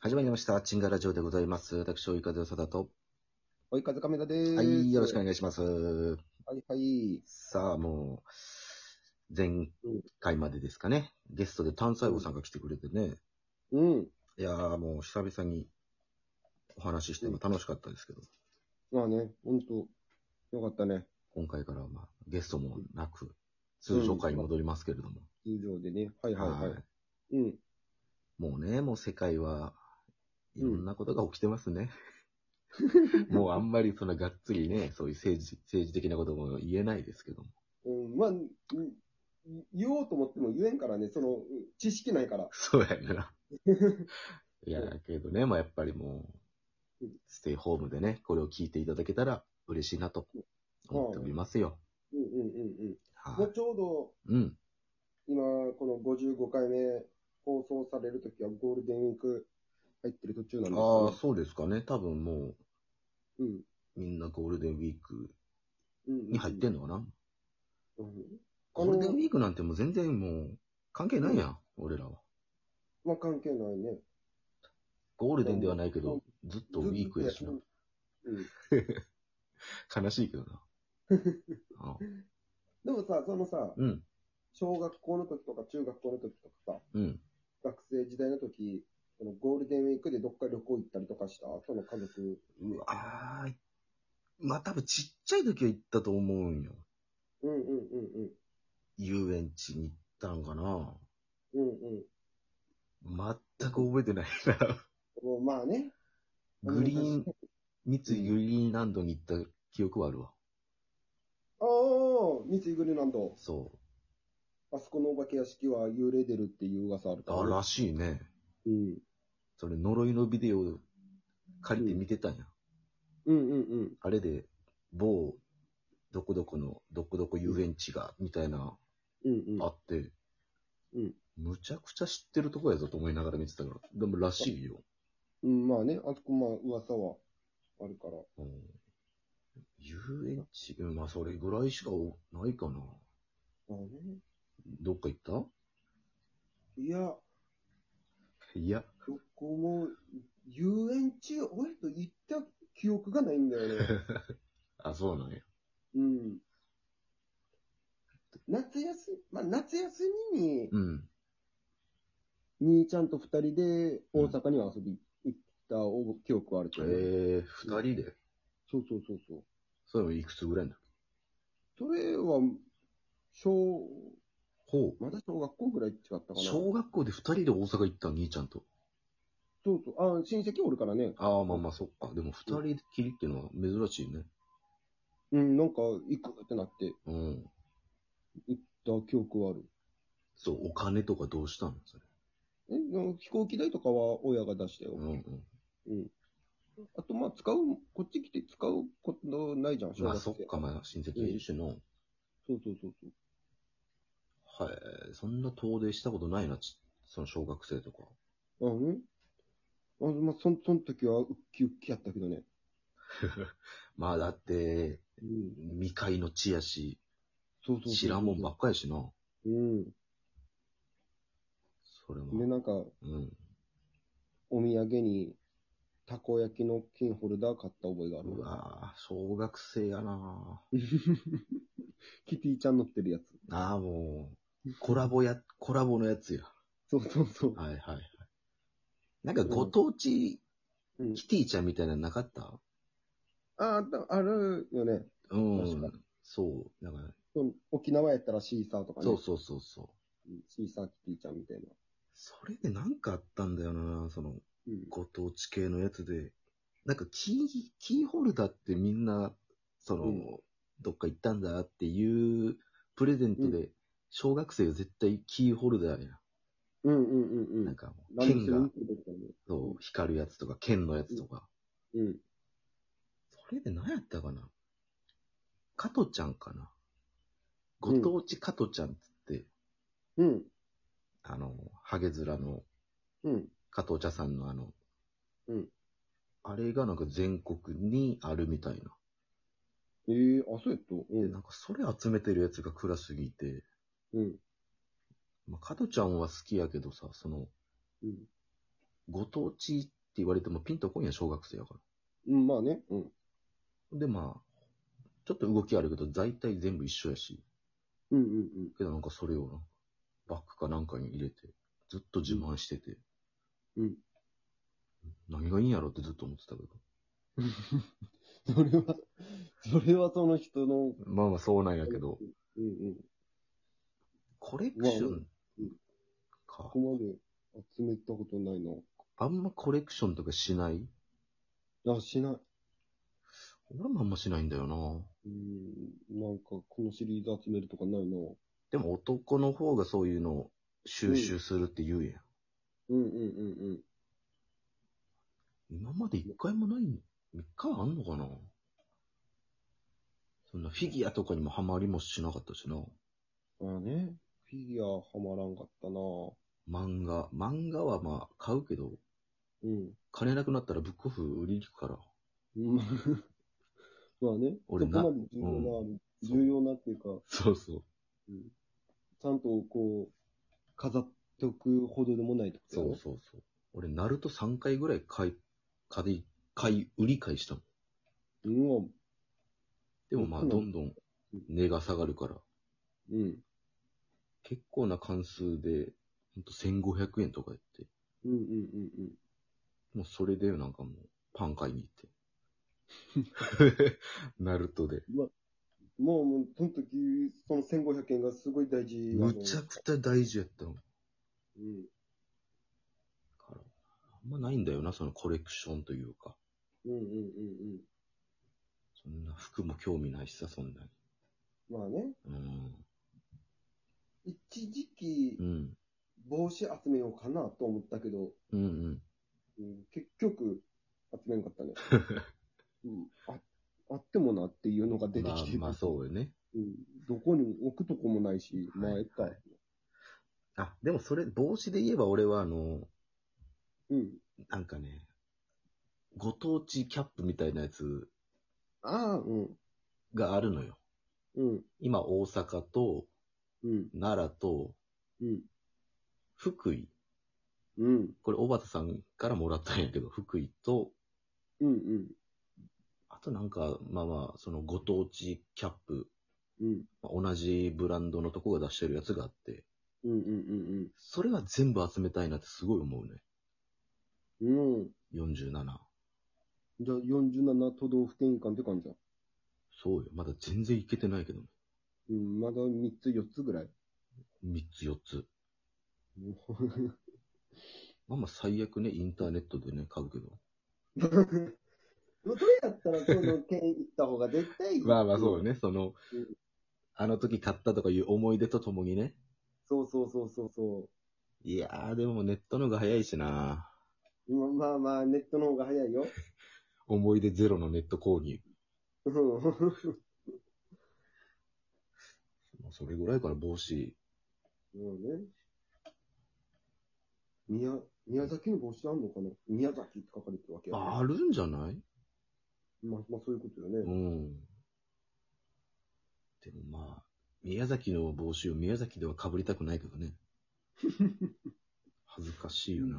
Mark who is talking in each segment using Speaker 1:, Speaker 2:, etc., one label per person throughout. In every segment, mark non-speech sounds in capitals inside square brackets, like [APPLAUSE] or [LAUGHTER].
Speaker 1: 始まりました。チンガラジオでございます。私、及風よさだと。
Speaker 2: 追い風亀田です。
Speaker 1: はい、よろしくお
Speaker 2: いし
Speaker 1: 願いします。
Speaker 2: ます。はいはい。
Speaker 1: さあ、もう、前回までですかね。ゲストで単細胞さんが来てくれてね。
Speaker 2: うん。
Speaker 1: いやー、もう久々にお話ししても楽しかったですけど、
Speaker 2: まあね、ほんと、よかったね。
Speaker 1: 今回からはまあゲストもなく、通常回に戻りますけれども。
Speaker 2: 通常でね。はいはいはい。
Speaker 1: はい
Speaker 2: うん。
Speaker 1: もうね、もう世界はいろんなことが起きてます
Speaker 2: [LAUGHS]
Speaker 1: ね。もうあんまりそのがっつりね、そういう政治政治的なことも言えないですけども。
Speaker 2: うん、まあ、うん言おうと思っても言えんからね、その、うん知識ないから。
Speaker 1: そうやねん
Speaker 2: [LAUGHS]
Speaker 1: な。いや、けどね、まあやっぱりもう
Speaker 2: うん、
Speaker 1: ステイホームでね、これを聞いていただけたら嬉しいなと思っておりますよ。
Speaker 2: うんうんうんうん。も
Speaker 1: は
Speaker 2: うちょうど、
Speaker 1: い。うん。
Speaker 2: 今、この55回目放送されるときはゴールデンウィーク入ってる途中なんですけ
Speaker 1: ああ、
Speaker 2: ど。
Speaker 1: そうですかね。多分も
Speaker 2: うん。
Speaker 1: う、みんなゴールデンウィーク
Speaker 2: うんうん。
Speaker 1: に入ってんのかな。
Speaker 2: うん
Speaker 1: ゴールデンウィークなんてもう全然もう、関係ないやん、俺らは。
Speaker 2: まあ関係ないね。
Speaker 1: ゴールデンではないけ
Speaker 2: う
Speaker 1: ど
Speaker 2: ん、
Speaker 1: ずっとウィークやしな
Speaker 2: ずっ。とやうん。
Speaker 1: 悲しいけど
Speaker 2: [LAUGHS]
Speaker 1: な。あ
Speaker 2: でもさ、そのさ、
Speaker 1: うん、
Speaker 2: 小学校の時とか中学校の時とかさ、
Speaker 1: うん。
Speaker 2: 学生時代の時、そのゴールデンウィークでどっか旅行行ったりとかしたその家族。
Speaker 1: うわあーまあ多分ちっちゃい時は行ったと思うんよ。
Speaker 2: うんうん
Speaker 1: 遊園地に行ったんかな。
Speaker 2: うんうん。うんうん。
Speaker 1: 全く覚えてないな。
Speaker 2: もうまあね。 [LAUGHS]
Speaker 1: グリーン、三井グリーンランドに行った記憶はあるわ。
Speaker 2: ああ、三井グリーンランド。
Speaker 1: そ
Speaker 2: あそこのお化け屋敷は幽霊出るっていう噂ある
Speaker 1: う。
Speaker 2: か
Speaker 1: あ、
Speaker 2: ら、
Speaker 1: らしいね。
Speaker 2: うん。
Speaker 1: それ呪いのビデオ借りて見てたんや。
Speaker 2: うんうんうん。
Speaker 1: あれで、某、どこどこの、どこどこ遊園地が、みたいな、
Speaker 2: うんうん。
Speaker 1: あって、
Speaker 2: うん
Speaker 1: むちゃくちゃ知ってるとこやぞと思いながら見てたから。でも、らしいよ。
Speaker 2: うん、まあね、あそこまあ噂はあるから。
Speaker 1: うん遊園地、うんまあ、それぐらいしかおないかな。
Speaker 2: まあね。
Speaker 1: どっか行っ
Speaker 2: いや、
Speaker 1: たいや、
Speaker 2: どこも、遊園地、俺と行った記憶がないんだ [LAUGHS] よね。
Speaker 1: あ、そうなんや。
Speaker 2: うん。夏休み、まあ、夏休みに、
Speaker 1: うん。
Speaker 2: 兄ちゃんと二人で大阪には遊び行ったお記憶はある
Speaker 1: え
Speaker 2: けど、
Speaker 1: ー、二人で。
Speaker 2: そうそうそうそう。
Speaker 1: それもいくつぐらいなの
Speaker 2: それは、小、
Speaker 1: ほう。
Speaker 2: まだ小学校ぐらい違ったかな。そう
Speaker 1: 小学校で二人で大阪行ったん兄ちゃんと。
Speaker 2: そう。あ、親戚おるからね。
Speaker 1: ああ、まあまあ、そっか。でも二人きりっていうのは珍しいね。
Speaker 2: うん、なんか行くってなって
Speaker 1: うん。
Speaker 2: 行った記憶はある。
Speaker 1: そう、お金とかどうしたのそれ。
Speaker 2: え、でも飛行機代とかは親が出したよ。
Speaker 1: うんうん。
Speaker 2: うん。あと、まあ、使う、こっち来て使うことないじゃん、小
Speaker 1: まあ、
Speaker 2: 学
Speaker 1: そ
Speaker 2: 生
Speaker 1: っ。か、まあ、親戚いるしの。
Speaker 2: そうそうそうそう。
Speaker 1: はい、そんな遠出したことないな、ちその小学生とか。
Speaker 2: あのね。あのまあ、そん、そん時はウッキウッキやったけどね。
Speaker 1: まあだって、
Speaker 2: うん。
Speaker 1: 未開の地やし、
Speaker 2: そうそうそう
Speaker 1: 知らんもんばっかやしな。
Speaker 2: うん。
Speaker 1: それ
Speaker 2: で、
Speaker 1: も。
Speaker 2: なんか、
Speaker 1: うん。
Speaker 2: お土産に、たこ焼きの金ホルダー買った覚えがある。
Speaker 1: うわぁ、小学生やな
Speaker 2: キティちゃん乗ってるやつ。
Speaker 1: ぁ。ああ、もう、コラボや、コラボのやつや。
Speaker 2: そうそうそう。
Speaker 1: はいはいはい。なんかご当地、
Speaker 2: うん
Speaker 1: キティちゃんみたいなのなかった
Speaker 2: あ、あったあるよね。
Speaker 1: うん。
Speaker 2: 確
Speaker 1: そう。なんか、
Speaker 2: その沖縄やったらシーサーとかね。
Speaker 1: そうそうそうそう。
Speaker 2: うんシーサーキティちゃんみたいな。
Speaker 1: それでなんかあったんだよなその、
Speaker 2: うん。
Speaker 1: ご当地系のやつで、なんかキー、キーホルダーってみんな、その、
Speaker 2: うん
Speaker 1: どっか行ったんだっていうプレゼントで、小学生は絶対キーホルダーや。
Speaker 2: うんうんうんうん。
Speaker 1: なんかもう、
Speaker 2: ラ
Speaker 1: 剣
Speaker 2: ンドセル
Speaker 1: が
Speaker 2: に、ついてたよね
Speaker 1: そう、光るやつとか、剣のやつとか。
Speaker 2: うん。
Speaker 1: それで何やったかな加トちゃんかなご当地加トちゃんっつって、
Speaker 2: うん。
Speaker 1: あの、ハゲヅラの
Speaker 2: うん。
Speaker 1: 加藤茶さんのあの、
Speaker 2: うん
Speaker 1: あれがなんか全国にあるみたいな。
Speaker 2: ええあ、そうやった。う
Speaker 1: で
Speaker 2: ん
Speaker 1: な。んかそれ集めてるやつが暗すぎて、
Speaker 2: うん。
Speaker 1: まあ、加藤ちゃんは好きやけどさ、その、
Speaker 2: うん。
Speaker 1: ご当地って言われてもピンとこんやん、小学生やか
Speaker 2: うん、まあね。うん。
Speaker 1: ら。で、まあ、ちょっと動きあるけど、大体全部一緒やし、
Speaker 2: うんうんうん。 [LAUGHS]
Speaker 1: けどなんかそれをなんかバッグかなんかに入れて、ずっと自慢してて、
Speaker 2: うん。
Speaker 1: 何がいいんやろってずっと思ってたけど。
Speaker 2: それは、それはその人の、
Speaker 1: まあまあそうなんやけど、
Speaker 2: うんうん。
Speaker 1: コレクションか
Speaker 2: こ。こまで集めたことない
Speaker 1: あんまコレクションとかしない
Speaker 2: な。あ、しない。
Speaker 1: 俺もあんましないんだよな。
Speaker 2: うん、なんか、このシリーズ集めるとかないな。
Speaker 1: でも男の方がそういうのを収集するって言うやん。
Speaker 2: うんうんうんうん。
Speaker 1: 今まで一回もない、一回あんのかなそんなフィギュアとかにもハマりもしなかったしな。
Speaker 2: まあね、フィギュアはまらんかったな
Speaker 1: 漫画。漫画はまあ買うけど、 [LAUGHS]
Speaker 2: うん。
Speaker 1: 金なくなったらブックオフ売りに行くから。
Speaker 2: まあね、
Speaker 1: 俺な
Speaker 2: そこまで重要な、重要なっていうか、
Speaker 1: そうそう。
Speaker 2: ちゃんとこう、飾っておくほどでもないってこと
Speaker 1: そ
Speaker 2: だ
Speaker 1: う
Speaker 2: よね
Speaker 1: そうそう。俺、ナルト3回ぐらい買い、買い、買い、売り買いしたもん。
Speaker 2: うん。
Speaker 1: でもまあ、
Speaker 2: うん
Speaker 1: どんどん値が下がるから、
Speaker 2: うん。
Speaker 1: 結構な関数で、ほんと1500円とかやって、
Speaker 2: うんうんうんうん。
Speaker 1: もうそれでなんかもう、パン買いに行って。 [LAUGHS] ナルトで。
Speaker 2: もう、もう、その時、その1500円がすごい大事なの。
Speaker 1: むちゃくちゃ大事やったの。
Speaker 2: うん。
Speaker 1: からあんまないんだよな、そのコレクションというか。
Speaker 2: うんうんうんうん。
Speaker 1: そんな服も興味ないしさ、そんなに。
Speaker 2: まあね、
Speaker 1: うん。
Speaker 2: 一時期
Speaker 1: う、ん。
Speaker 2: 帽子集めようかなと思ったけど、
Speaker 1: うんうん。
Speaker 2: うん、結局、集めなかっ
Speaker 1: [LAUGHS]
Speaker 2: たね。うん、ああってもなっていうのが出て
Speaker 1: ま
Speaker 2: き
Speaker 1: あ
Speaker 2: てる。
Speaker 1: まあそうよね。
Speaker 2: うん、どこに置くとこもないし、
Speaker 1: はい
Speaker 2: まあ、えっか。
Speaker 1: はいあ、でもそれ、帽子で言えば俺はあの、
Speaker 2: うん。
Speaker 1: なんかね、ご当地キャップみたいなやつ
Speaker 2: ああ、うん。
Speaker 1: があるのよ。
Speaker 2: うん。
Speaker 1: 今、大阪と、
Speaker 2: うん。
Speaker 1: 奈良と、
Speaker 2: うん。
Speaker 1: 福井。
Speaker 2: うん。
Speaker 1: これ、小畑さんからもらったんやけど、福井と、
Speaker 2: うん。うん。
Speaker 1: あとなんか、まあまあ、そのご当地キャップ、
Speaker 2: うん。
Speaker 1: まあ同じブランドのとこが出してるやつがあって、
Speaker 2: うん。うん。
Speaker 1: それは全部集めたいなってすごい思うね。
Speaker 2: うん。うん。
Speaker 1: 47。
Speaker 2: じゃあ、47都道府県間って感じだ。
Speaker 1: そうよ。まだ全然いけてないけどね。
Speaker 2: うん。まだ3つ、4つ
Speaker 1: [LAUGHS]
Speaker 2: ぐらい。
Speaker 1: 3つ、4つ。
Speaker 2: うん
Speaker 1: まあまあ、最悪ね、インターネットでね、買うけど。
Speaker 2: どれやったらその県行った方が絶対いい。
Speaker 1: まあまあそうよ。ね、その
Speaker 2: うん、
Speaker 1: あの時買ったとかいう思い出とともにね。
Speaker 2: そうそうそうそうそう。
Speaker 1: いやー、でもネットの方が早いしな
Speaker 2: うんまあまあ、ネットの方が早いよ。
Speaker 1: 思い出ゼロのネット購入。
Speaker 2: [LAUGHS] うん
Speaker 1: もうそれぐらいから帽子、
Speaker 2: もうね。宮、宮崎に帽子あんのかな宮崎って書かれてるわけやね、
Speaker 1: あるんじゃない
Speaker 2: まあ、まあそういうことよね。
Speaker 1: うん。でもまあ、宮崎の帽子を宮崎では被りたくないけど [LAUGHS] ね。恥ずかしいよな。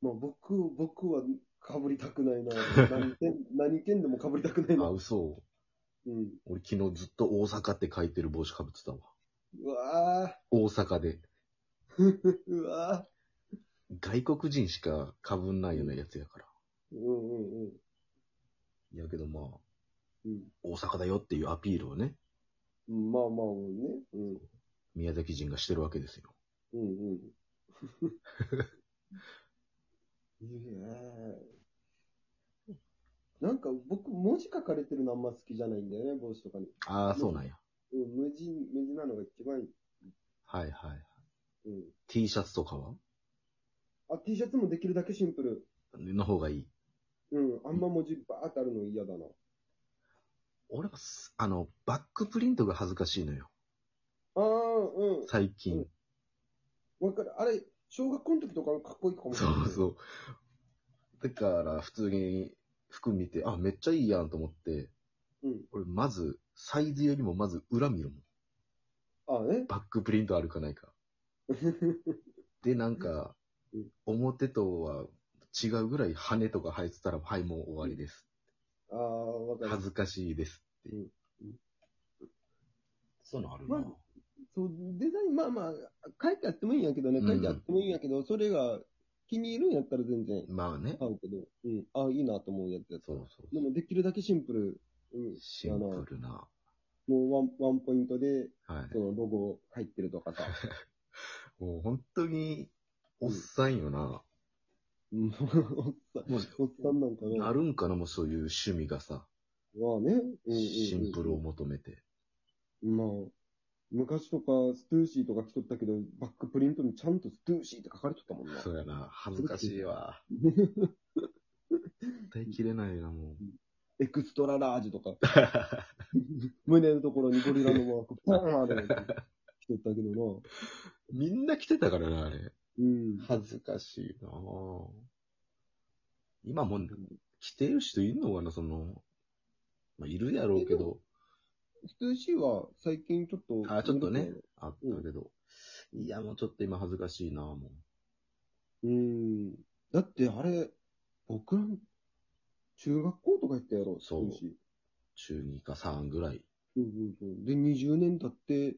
Speaker 2: まあ僕、僕は被りたくないな。何県、何県でも被りたくないな。
Speaker 1: あ、嘘。
Speaker 2: うん。
Speaker 1: 俺昨日ずっと大阪って書いてる帽子被ってたわ。
Speaker 2: うわぁ、
Speaker 1: 大阪で。
Speaker 2: うわ
Speaker 1: 外国人しか被んないようなやつやから。
Speaker 2: ぁ。うんうんうん。
Speaker 1: いやけどまあ、
Speaker 2: うん
Speaker 1: 大阪だよっていうアピールをね、
Speaker 2: うん、まあまあね。うん。
Speaker 1: 宮崎人がしてるわけですよ。
Speaker 2: うんうん。いやーなんか僕、文字書かれてるのあんま好きじゃないんだよね、帽子とかに。
Speaker 1: ああ、そうなんや。
Speaker 2: うん、無字、無字なのが一番いい。
Speaker 1: はいはい。
Speaker 2: うん。
Speaker 1: T シャツとかは
Speaker 2: あ、T シャツもできるだけシンプル。
Speaker 1: の方がいい。
Speaker 2: うん、あんま文字バーってあるの嫌だな。
Speaker 1: 俺はす、あの、バックプリントが恥ずかしいのよ。
Speaker 2: あー、うん
Speaker 1: 最近。
Speaker 2: うんわかる。あれ、小学校の時とかかっこいいかもしれ
Speaker 1: そ
Speaker 2: ない。
Speaker 1: う
Speaker 2: う。
Speaker 1: そう。だから、普通に服見て、あ、めっちゃいいやんと思って、
Speaker 2: うん。
Speaker 1: 俺、まず、サイズよりもまず裏見るもん。
Speaker 2: あーね。
Speaker 1: バックプリントあるかないか。で、なんか、
Speaker 2: うん
Speaker 1: 表とは違うぐらい羽とか生えてたら、はい、もう終わりです。
Speaker 2: [LAUGHS] ああ、わかる。
Speaker 1: 恥ずかしいですっていう
Speaker 2: うんうん。
Speaker 1: そういうのある
Speaker 2: まあそう、デザイン、まあまあ、書いてあってもいいんやけどね、
Speaker 1: うん
Speaker 2: 書いてあってもいいんやけど、それが気に入るんやったら全然
Speaker 1: まあね。
Speaker 2: 買うけど、うん、ああ、いいなと思うやつやった
Speaker 1: そ
Speaker 2: ら
Speaker 1: うそう。
Speaker 2: でも、できるだけシンプル、うん、
Speaker 1: シンプルな。
Speaker 2: もうワンワンポイントで、
Speaker 1: はい
Speaker 2: そ。のロゴ入ってるとかさ、
Speaker 1: もう本当に、おっさんよな。
Speaker 2: うんおっさん、
Speaker 1: も
Speaker 2: おっさんなんか
Speaker 1: う、
Speaker 2: な。
Speaker 1: あるんかな、もうそういう趣味がさ、
Speaker 2: まあね、うんうんうん
Speaker 1: シンプルを求めて。
Speaker 2: まあ、昔とか、ストゥーシーとか着とったけど、バックプリントにちゃんとストゥーシーって書かれとったもんな。
Speaker 1: そうやな、恥ずかしいわ。絶対切れないな、もう。
Speaker 2: エクストララージとか、胸のところにゴリラのマーク、パーンある着とったけどな。
Speaker 1: みんな着てたからな、あれ。
Speaker 2: うん。
Speaker 1: 恥ずかしいな今もう着てる人いるのかな、その、まあ、いるやろうけど、
Speaker 2: ストゥーシーは最近ちょっと。
Speaker 1: あ、ちょっとね、あったけど。いや、もうちょっと今恥ずかしいな、もう。
Speaker 2: うん。だってあれ、僕らの中学校とか行ったやろ、
Speaker 1: そう
Speaker 2: ストゥーシー
Speaker 1: 中2か3ぐらい。
Speaker 2: そうそうそう。で、20年経って、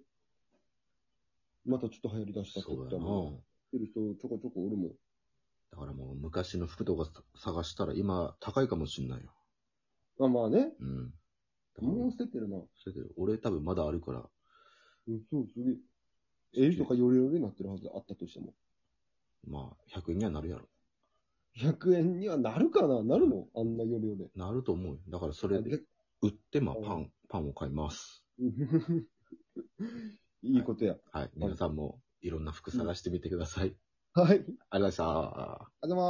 Speaker 2: またちょっと流行り出したって
Speaker 1: そ
Speaker 2: 言
Speaker 1: う
Speaker 2: っ
Speaker 1: や
Speaker 2: た
Speaker 1: な。
Speaker 2: もん。着てる人ちょこちょこおるもん。
Speaker 1: だからもう昔の服とかさ探したら今高いかもしんないよ。
Speaker 2: あ、まあね。
Speaker 1: うん。だから
Speaker 2: もう捨ててるな。
Speaker 1: それで俺多分まだあるから。
Speaker 2: うん、そう、すげえ。えとかよりよりになってるはず、あったとしても。
Speaker 1: まあ、100円にはなるやろ。
Speaker 2: 100円にはなるかななるのあんなよりより。
Speaker 1: なると思うよ。だからそ
Speaker 2: あ
Speaker 1: れで
Speaker 2: で
Speaker 1: 売って、まあ
Speaker 2: うん
Speaker 1: パン、パンを買います。
Speaker 2: [LAUGHS] いいことや。
Speaker 1: はい。皆さんもいろんな服探してみてください。
Speaker 2: はい。ありがとう
Speaker 1: ありがとうございました。
Speaker 2: ございます。